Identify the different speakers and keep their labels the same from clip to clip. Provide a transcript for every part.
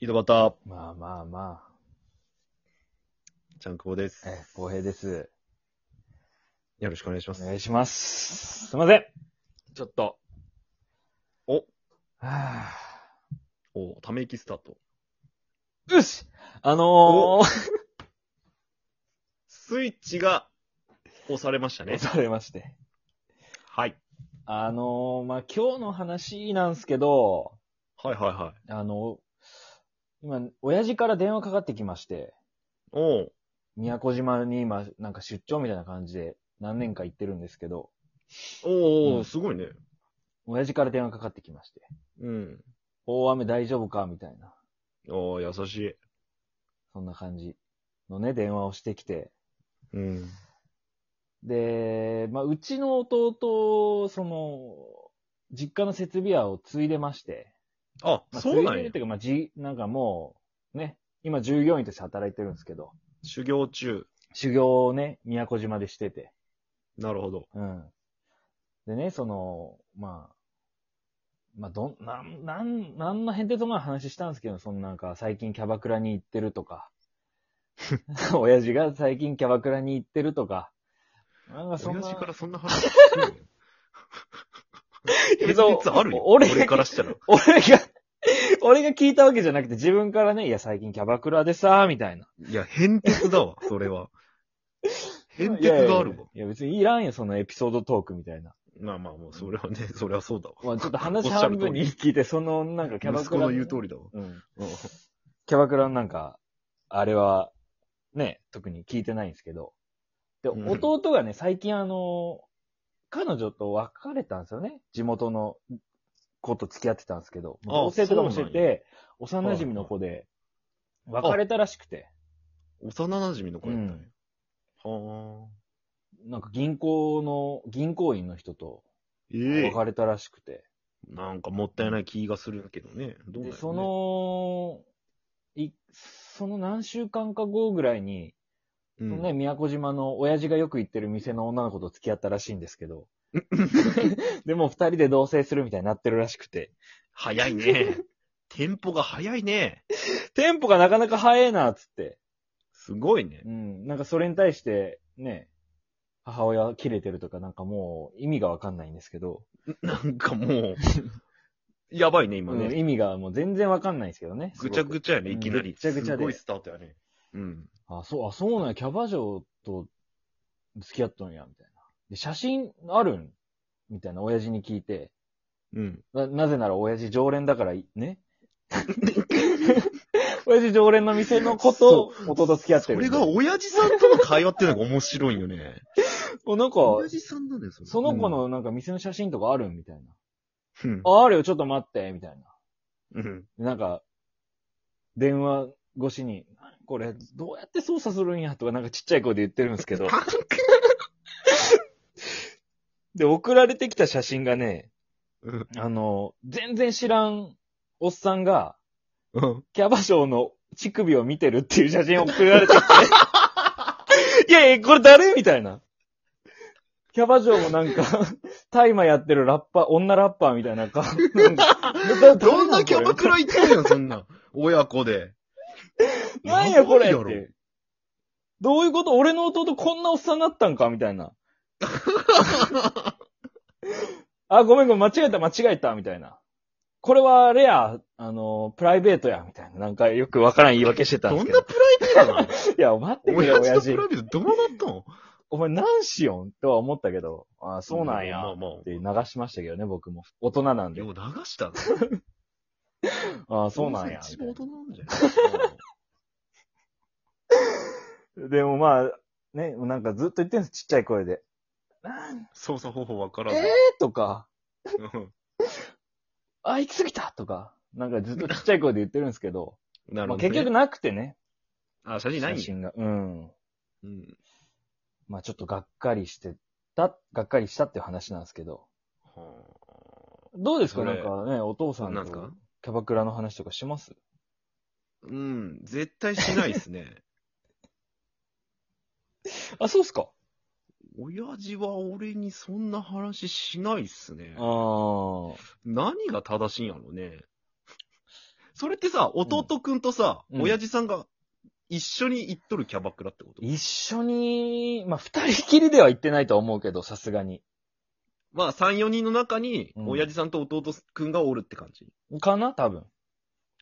Speaker 1: 井戸端、
Speaker 2: まあまあま
Speaker 1: ちゃんこです
Speaker 2: あ。。え、公平です。
Speaker 1: よろしくお願いしま
Speaker 2: お
Speaker 1: す。
Speaker 2: 願いします。すいません。ちょっと。
Speaker 1: お
Speaker 2: はぁ、
Speaker 1: おため息スタート。
Speaker 2: よしあ のー、
Speaker 1: スイッチが押されましたね
Speaker 2: 押。されまして。
Speaker 1: はい。
Speaker 2: あのー、まあ今日の話なんですけど、
Speaker 1: はいはいはい。
Speaker 2: あの、今、親父から電話かかってきまして、
Speaker 1: おう
Speaker 2: 宮古島に今、なんか出張みたいな感じで何年か行ってるんですけど、
Speaker 1: おうおう
Speaker 2: うん
Speaker 1: すごいね。
Speaker 2: 親父から電話かかってきまして、
Speaker 1: うん。
Speaker 2: 大雨大丈夫かみたいな、
Speaker 1: おー、優しい。
Speaker 2: そんな感じのね、電話をしてきて、
Speaker 1: うん。
Speaker 2: で、まあ、うちの弟、その、実家の設備屋を継いでまして、
Speaker 1: あ、
Speaker 2: まあ、
Speaker 1: そうな
Speaker 2: 継い
Speaker 1: ん
Speaker 2: でる
Speaker 1: や
Speaker 2: って。いうか、まあ、じ、なんかもう、ね、今従業員として働いてるんですけど、
Speaker 1: 修行中。
Speaker 2: 修行をね、宮古島でしてて、
Speaker 1: なるほど。
Speaker 2: うん。でね、その、まあ、まあ、どん、なん、なん、なんの変哲もない話したんですけど、そのなんか、最近キャバクラに行ってる とか、親父が最近キャバクラに行ってるとか、なんかそん
Speaker 1: 親
Speaker 2: な。
Speaker 1: 父からそんな話してんの
Speaker 2: いや
Speaker 1: 別
Speaker 2: そう
Speaker 1: にあるよ。
Speaker 2: 俺
Speaker 1: 俺からしたら。
Speaker 2: 俺が、俺が聞いたわけじゃなくて自分からね、いや最近キャバクラでさ、みたいな。
Speaker 1: いや、変哲だわ、それは。変哲があるわ。
Speaker 2: いや別にいらんよ、そのエピソードトークみたいな。
Speaker 1: まあまあもう、それはね、それはそうだわ。
Speaker 2: まあちょっと話
Speaker 1: おっしゃ
Speaker 2: 半
Speaker 1: る通り
Speaker 2: 分に聞いて、そのなんかキャバ
Speaker 1: 息
Speaker 2: ク
Speaker 1: 子
Speaker 2: ラ。
Speaker 1: の言う通りだわ。
Speaker 2: うん。
Speaker 1: うん
Speaker 2: キャバクラのなんか、あれは、ね、特に聞いてないんですけど。で、
Speaker 1: うん
Speaker 2: 弟がね、最近あの、彼女と別れたんですよね。地元の子と付き合ってたんですけど。
Speaker 1: あ
Speaker 2: 同棲とかもし
Speaker 1: そ
Speaker 2: て
Speaker 1: うなん
Speaker 2: て、幼馴染の子で、別れたらしくて。
Speaker 1: 幼馴染の子やったね。はあ。
Speaker 2: なんか銀行の、銀行員の人と
Speaker 1: ええ
Speaker 2: 別れたらしくて。
Speaker 1: なんかもったいない気がするけどね。どうなんやろね
Speaker 2: で、そ、の、い、その何週間か後ぐらいに、
Speaker 1: うん
Speaker 2: ね、宮古島の親父がよく行ってる店の女の子と付き合ったらしいんです けど。でもう二人で同棲するみたいになってるらしくて。
Speaker 1: 早い ね。テンポが早いね。
Speaker 2: テンポがなかなか早えな、つって。
Speaker 1: すごいね
Speaker 2: う。ん。なんかそれに対して、ね、母親は切れてるとかなんかもう意味がわかんないんですけど。
Speaker 1: なんかもう、やばいね、今
Speaker 2: うん
Speaker 1: ね。
Speaker 2: 意味がもう全然わかんないんですけどね。すご
Speaker 1: ぐ
Speaker 2: く
Speaker 1: ちゃぐちゃやね、いきな
Speaker 2: う
Speaker 1: り。
Speaker 2: んぐちゃぐちゃです
Speaker 1: ごいスタートやね。うん。
Speaker 2: あ、そう、あ、そうなんや、キャバ嬢と付き合っとんや、みたいな。で、写真あるんみたいな、親父に聞いて。
Speaker 1: うん。
Speaker 2: な、なぜなら親父常連だからい、ね 親父常連の店の子と、弟付き合って
Speaker 1: そ
Speaker 2: るん
Speaker 1: れ
Speaker 2: で。
Speaker 1: が親父さんとの会話ってのが面白いよね。
Speaker 2: お、なんか、
Speaker 1: 親父さんなんだよ、それ
Speaker 2: その子、のなんか店の写真とかあるんみたいな。
Speaker 1: うん。
Speaker 2: あ、あるよ、ちょっと待って、みたいな。
Speaker 1: うん。
Speaker 2: でなんか、電話越しに、これ、どうやって操作するんやとか、なんかちっちゃい声で言ってるんですけど。 で、送られてきた写真がね、
Speaker 1: うん
Speaker 2: あの、全然知らんおっさんが、
Speaker 1: うん。
Speaker 2: キャバ嬢の乳首を見てるっていう写真を送ら れてきて、いやいや、これ誰みたいな。キャバ嬢もなんか、大麻やってるラッパー、女ラッパーみたいな顔。なんか
Speaker 1: どんなキャバクラ行ってんのそんな。親子で。
Speaker 2: なんやこれ
Speaker 1: や
Speaker 2: っ
Speaker 1: ばいやろ
Speaker 2: て。どういうこと俺の弟こんなおっさんだったんかみた いな。あ、ごめんごめん、間違えた、間違えた、みたいな。これはあれや、あの、プライベートや、みたいな。なんかよくわからん言い訳してたんで
Speaker 1: どんな
Speaker 2: すけど。
Speaker 1: プライベートなの
Speaker 2: いや、待ってくれ、
Speaker 1: 親
Speaker 2: 親
Speaker 1: 父と比。
Speaker 2: 父
Speaker 1: べてどうなったの
Speaker 2: お前何しよんとは思ったけど、あ、そうなんや
Speaker 1: まあ、まあまあ
Speaker 2: って流しましたけどね、僕も。大人なんで
Speaker 1: よ。う流したの
Speaker 2: あ、そうなんや。
Speaker 1: 一
Speaker 2: みた
Speaker 1: 番大人
Speaker 2: いな
Speaker 1: なん じゃない
Speaker 2: でもまあ、ね、なんかずっと言ってんです、ちっちゃい声で。なん
Speaker 1: 操作方法わから
Speaker 2: え
Speaker 1: ん。
Speaker 2: ー とか。
Speaker 1: うん
Speaker 2: あ、行き過ぎたとか、なんかずっとちっちゃい声で言ってるんですけど、
Speaker 1: なる
Speaker 2: まあ
Speaker 1: ほどね。
Speaker 2: 結局なくてね、
Speaker 1: あ、写真ない
Speaker 2: 写
Speaker 1: んや。
Speaker 2: 真が。うん。
Speaker 1: うん。
Speaker 2: まあちょっとがっかりしてた、がっかりしたっていう話なんですけど、
Speaker 1: は
Speaker 2: どうですか
Speaker 1: そ
Speaker 2: な
Speaker 1: れ
Speaker 2: んかね、お父
Speaker 1: あ
Speaker 2: さん
Speaker 1: なんすか
Speaker 2: とキャバクラの話とかします
Speaker 1: うん。絶対しないですね。
Speaker 2: あ、そうっすか
Speaker 1: 親父は俺にそんな話しないっすね
Speaker 2: あ。あ。
Speaker 1: 何が正しいんやろうね。 それってさ、弟くんとさ、
Speaker 2: うん
Speaker 1: 親父さんが一緒に行っとるキャバクラってこと、
Speaker 2: 一緒に、まあ、二人きりでは行ってないとは思うけど、さすがに。
Speaker 1: まあ、3、4人の中に、
Speaker 2: うん
Speaker 1: 親父さんと弟くんがおるって感じ。
Speaker 2: かな多分。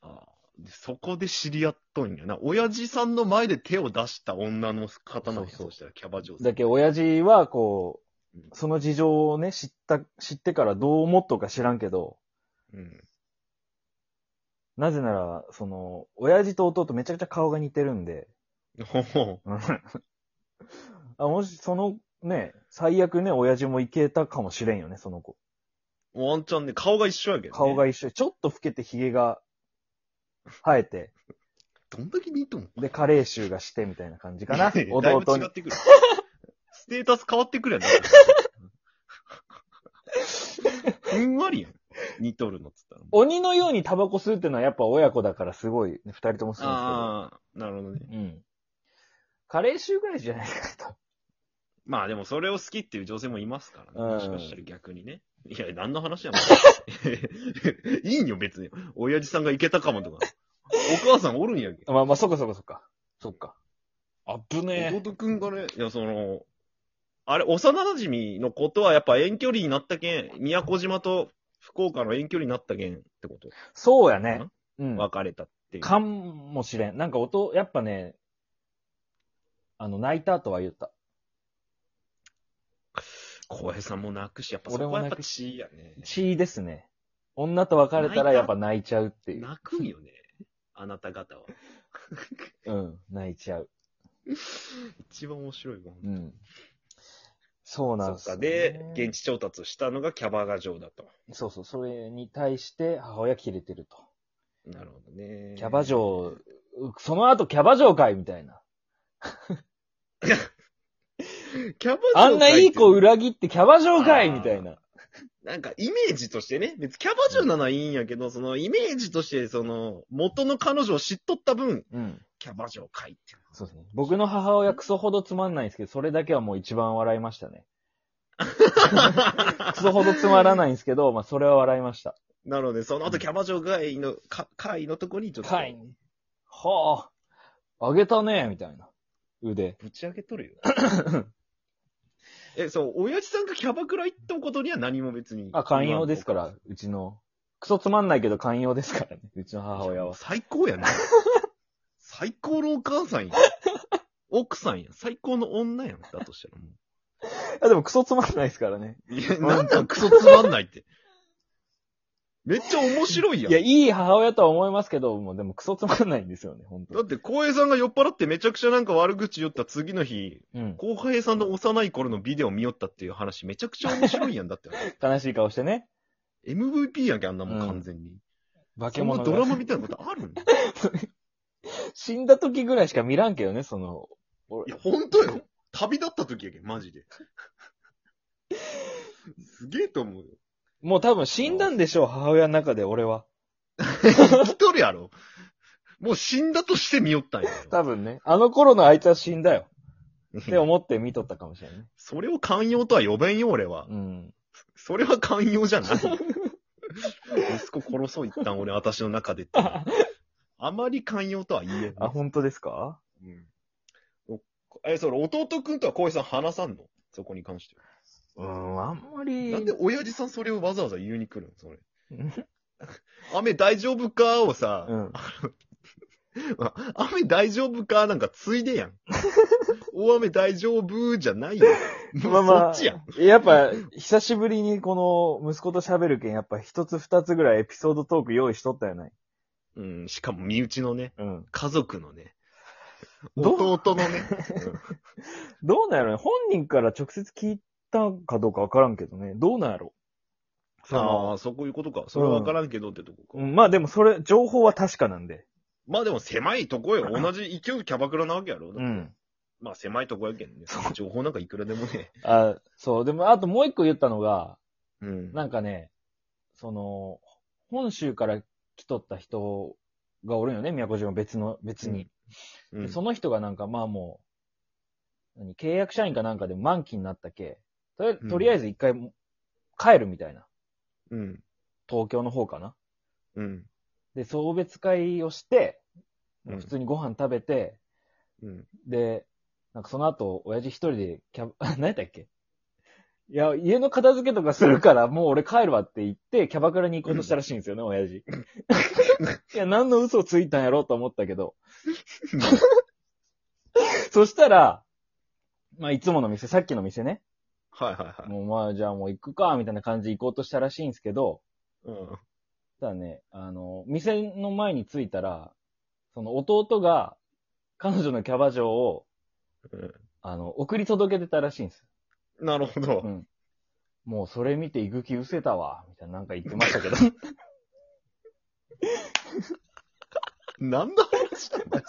Speaker 1: あーでそこで知り合っとんやな。親父さんの前で手を出した女の方なんや、
Speaker 2: そう
Speaker 1: そ
Speaker 2: そう
Speaker 1: したらキャバ嬢さん。
Speaker 2: だけど、親父は、こう
Speaker 1: うん、
Speaker 2: その事情をね、知った、知ってからどう思っとうか知らんけど、
Speaker 1: うん。
Speaker 2: なぜなら、その、親父と弟めちゃくちゃ顔が似てるんで、
Speaker 1: ほ ほ
Speaker 2: うんあもし、その、ね、最悪ね、親父もいけたかもしれんよね、その子。
Speaker 1: ワンチャンね、顔が一緒やけど、ね。
Speaker 2: 顔が一緒で、ちょっと老けて髭が生えて、
Speaker 1: どんだけ似とん
Speaker 2: で、加齢臭がしてみたいな感じかな
Speaker 1: いやい。やだいぶ
Speaker 2: 弟
Speaker 1: 違
Speaker 2: に
Speaker 1: っ。てくる。 ステータス変わってくるやん。だからふんわりやん。似とるのっつったら。
Speaker 2: 鬼のようにタバコ吸うってのはやっぱ親子だからすごい、ね、二人とも吸うん
Speaker 1: ああ、なるほどね。
Speaker 2: ですけど。うん。加齢臭ぐらいじゃないかと。
Speaker 1: まあでもそれを好きっていう女性もいますからね。
Speaker 2: うん
Speaker 1: もしかしたら逆にね。いや、何の話やもん。いいんよ、別に。親父さんがいけたかもとか。お母さんおるんやけ。
Speaker 2: まあまあ、そっかそっかそっか。そっか。あぶえ。
Speaker 1: 弟くんがね、いや、その、あれ、幼馴染のことはやっぱ遠距離になったけん、宮古島と福岡の遠距離になったけんってこと。
Speaker 2: そうやね。うん。
Speaker 1: 別れたっていう。
Speaker 2: かもしれん。なんか音、やっぱね、あの、泣いたとは言った。
Speaker 1: 浩平さんも泣くし、やっぱそ
Speaker 2: 俺
Speaker 1: こ
Speaker 2: も
Speaker 1: はやっ
Speaker 2: 泣
Speaker 1: ぱ
Speaker 2: く
Speaker 1: 血やね。
Speaker 2: 血ですね。女と別れたらやっぱ泣いちゃうっていう。
Speaker 1: 泣くんよね。あなた方は。
Speaker 2: うん、泣いちゃう。
Speaker 1: 一番面白いわ。
Speaker 2: うん。そうなん
Speaker 1: そ
Speaker 2: で
Speaker 1: っ
Speaker 2: すよ
Speaker 1: か。
Speaker 2: ね、
Speaker 1: で、現地調達をしたのがキャバガ嬢だと。
Speaker 2: そうそう、それに対して母親切れてると。
Speaker 1: なるほどね。
Speaker 2: キャバ。嬢、その後キャバ嬢かいみたいな。
Speaker 1: キャバ嬢
Speaker 2: あんないい子
Speaker 1: ら。
Speaker 2: 裏切ってキャバ嬢かいみたいな。
Speaker 1: なんかイメージとしてね、別にキャバ嬢なのはいいんやけど、そのイメージとして、その、元の彼女を知っとった分、
Speaker 2: うん。
Speaker 1: キャバ嬢かい って。
Speaker 2: そうですね。僕の母親クソほどつまんないんですけど、それだけはもう一番笑いましたね。クソほどつまらないんですけど、まあそれは笑いました。
Speaker 1: なので、その後キャバ嬢会の、か会のとこにちょっと。
Speaker 2: かい。はあ、あげたねみたいな。腕。
Speaker 1: ぶち上げとるよ。 え、そう、親父さんがキャバクラ行ったことには何も別に。
Speaker 2: あ、寛容ですから、うちの。クソつまんないけど寛容ですからね。うちの
Speaker 1: 今の
Speaker 2: 母親は。
Speaker 1: 最高やな。 最高のお母さんや。奥さんや。最高の女やん。だとしたらも
Speaker 2: あ、でもクソつまんないですからね。
Speaker 1: う。いや、なんなんクソつまんないって。めっちゃ面白いや
Speaker 2: い
Speaker 1: ん。
Speaker 2: や、いい母親とは思いますけど、もうでもクソつまんないんですよね、本
Speaker 1: だ
Speaker 2: 当
Speaker 1: って、浩平さんが酔っ払ってめちゃくちゃなんか悪口言った次の日、
Speaker 2: うん。
Speaker 1: 浩平さんの幼い頃のビデオ見よったっていう話めちゃくちゃ面白いやん。だって、
Speaker 2: 悲しい顔してね。
Speaker 1: MVP やんけ、あんなもん完全に。
Speaker 2: 化け
Speaker 1: そんな
Speaker 2: 物
Speaker 1: ドラ
Speaker 2: が。
Speaker 1: マみたいなことあるの
Speaker 2: 死んだ時ぐらいしか見らんけどね、その、
Speaker 1: い
Speaker 2: 俺
Speaker 1: や、ほんとよ。旅立った時やけん、マジで。すげえと思うよ。
Speaker 2: もう多分死んだんでしょう、母親の中で俺は。
Speaker 1: 生きとるやろ。もう死んだとして見よったんやろ。
Speaker 2: 多分ね。あの頃のあいつは死んだよ。って
Speaker 1: でも、
Speaker 2: 思って見とったかもしれないね。
Speaker 1: それを寛容とは呼べんよ、俺は。
Speaker 2: うん。
Speaker 1: それは寛容じゃない。息子殺そう、一旦俺、私の中でって。あまり寛容とは言えんね、
Speaker 2: あ、本当ですか
Speaker 1: うんおえ、それ、弟くんとは浩平さん話さんのそこに関しては。
Speaker 2: うん、あんまり。
Speaker 1: なんで親父さんそれをわざわざ言うに来るのそれ
Speaker 2: うん。
Speaker 1: 雨大丈夫かをさ、
Speaker 2: うん。
Speaker 1: まあ 雨大丈夫かなんかついで やん。大雨大丈夫じゃないよ。もうそっちやん。
Speaker 2: やっぱ、久しぶりにこの息子と喋るけん、やっぱ一つ二つぐらいエピソードトーク用意しとったよね。
Speaker 1: うん、しかも身内のね、
Speaker 2: うん。
Speaker 1: 家族のね、
Speaker 2: どう
Speaker 1: 弟の ね、
Speaker 2: どうなんやろね本人から直接聞いたかどうかわからんけどね。どうなんやろそ
Speaker 1: あ
Speaker 2: の
Speaker 1: あ、そういうことか。それは分からんけどってとこか。
Speaker 2: うん、まあでもそれ、情報は確かなんで。
Speaker 1: まあでも狭いとこ よ。同じ勢いキャバクラなわけやろ。
Speaker 2: うん。
Speaker 1: まあ狭いとこやけんね。情報なんかいくらでもね。
Speaker 2: あそう、でもあともう一個言ったのが、
Speaker 1: うん。
Speaker 2: なんかね、その、本州から来とった人がおるんよね、宮古島別の、別に。
Speaker 1: う
Speaker 2: で
Speaker 1: ん
Speaker 2: その人がなんかまあもう、何契約社員かなんかで満期になったけ、とりあえ
Speaker 1: うん
Speaker 2: とりあえず一回も帰るみたいな。
Speaker 1: うん。
Speaker 2: 東京の方かな。
Speaker 1: うん。
Speaker 2: で、送別会をして、
Speaker 1: うん
Speaker 2: 普通にご飯食べて、
Speaker 1: うん。
Speaker 2: で、なんかその後、親父一人でキャバ、 何やったっけいや、家の片付けとかするから、もう俺帰るわって言って、キャバクラに行こうとしたらしいんですよね、親父。 いや、何の嘘をついたんやろうと思ったけど。 そしたら、まあ、いつもの店、さっきの店ね。
Speaker 1: はいはいはい。
Speaker 2: もうまあ、じゃあもう行くか、みたいな感じで行こうとしたらしいんですけど、
Speaker 1: うん。
Speaker 2: ただね、あの、店の前に着いたら、その弟が、彼女のキャバ嬢を、
Speaker 1: うん
Speaker 2: あの、送り届けてたらしいんです。
Speaker 1: なるほ
Speaker 2: う
Speaker 1: ど。
Speaker 2: ん。もうそれ見て行く気失せたわ、みたいななんか言ってましたけど。
Speaker 1: なんだ話したんだ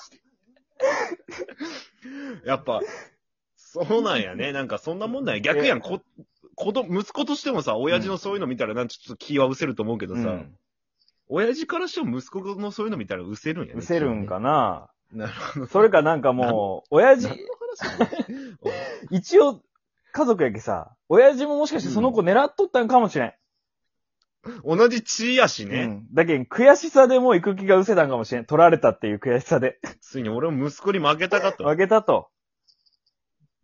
Speaker 1: やっぱ、そうなんやね。なんかそんなもんなんや。逆やん。こ、子供、息子としてもさ、親父のそういうの見たら、なんかちょっと気は失せると思うけど
Speaker 2: う
Speaker 1: さ、
Speaker 2: ん。
Speaker 1: 親父からしても息子のそういうの見たら失せるんやね。
Speaker 2: 失せるんかな
Speaker 1: なるほ ど。
Speaker 2: それかなんかもう、親父、
Speaker 1: お
Speaker 2: 一応、家族やけさ、親父ももしかしてその子狙っとったんかもしれん。
Speaker 1: 同じ血やし
Speaker 2: う
Speaker 1: ね。
Speaker 2: ん。だけど、悔しさでもう行く気が失せたんかもしれん。取られたっていう悔しさで。
Speaker 1: ついに俺も息子に負けたかと。
Speaker 2: 負けたと。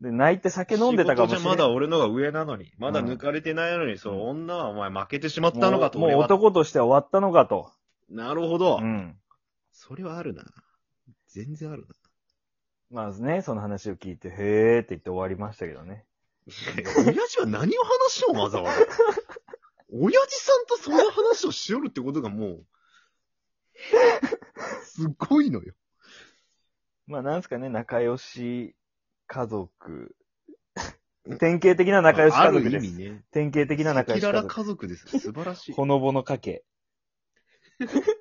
Speaker 2: で、泣いて酒飲んでたかもしれん。
Speaker 1: 仕事じゃまだ俺のが上なのに。まだ抜かれてないのに、そう、女はお前負けてしまったのかと。
Speaker 2: もう
Speaker 1: 俺
Speaker 2: もう
Speaker 1: は
Speaker 2: 男としては終わったのかと。
Speaker 1: なるほど、
Speaker 2: うん。
Speaker 1: それはあるな。全然あるな。
Speaker 2: まずね、その話を聞いて、へーって言って終わりましたけどね。
Speaker 1: 親父は何を話しよう、わざわざ。親父さんとそんな話をしよるってことがも う、すごいのよ。
Speaker 2: まあなんすかね、仲良し家族。典型的な仲良し
Speaker 1: あ
Speaker 2: 家
Speaker 1: る
Speaker 2: 族
Speaker 1: 意
Speaker 2: です。
Speaker 1: 味ね。
Speaker 2: 典型的な仲良し
Speaker 1: 赤
Speaker 2: 家
Speaker 1: 裸々家族
Speaker 2: 族。
Speaker 1: です。素晴らしい。
Speaker 2: ほのぼの家系。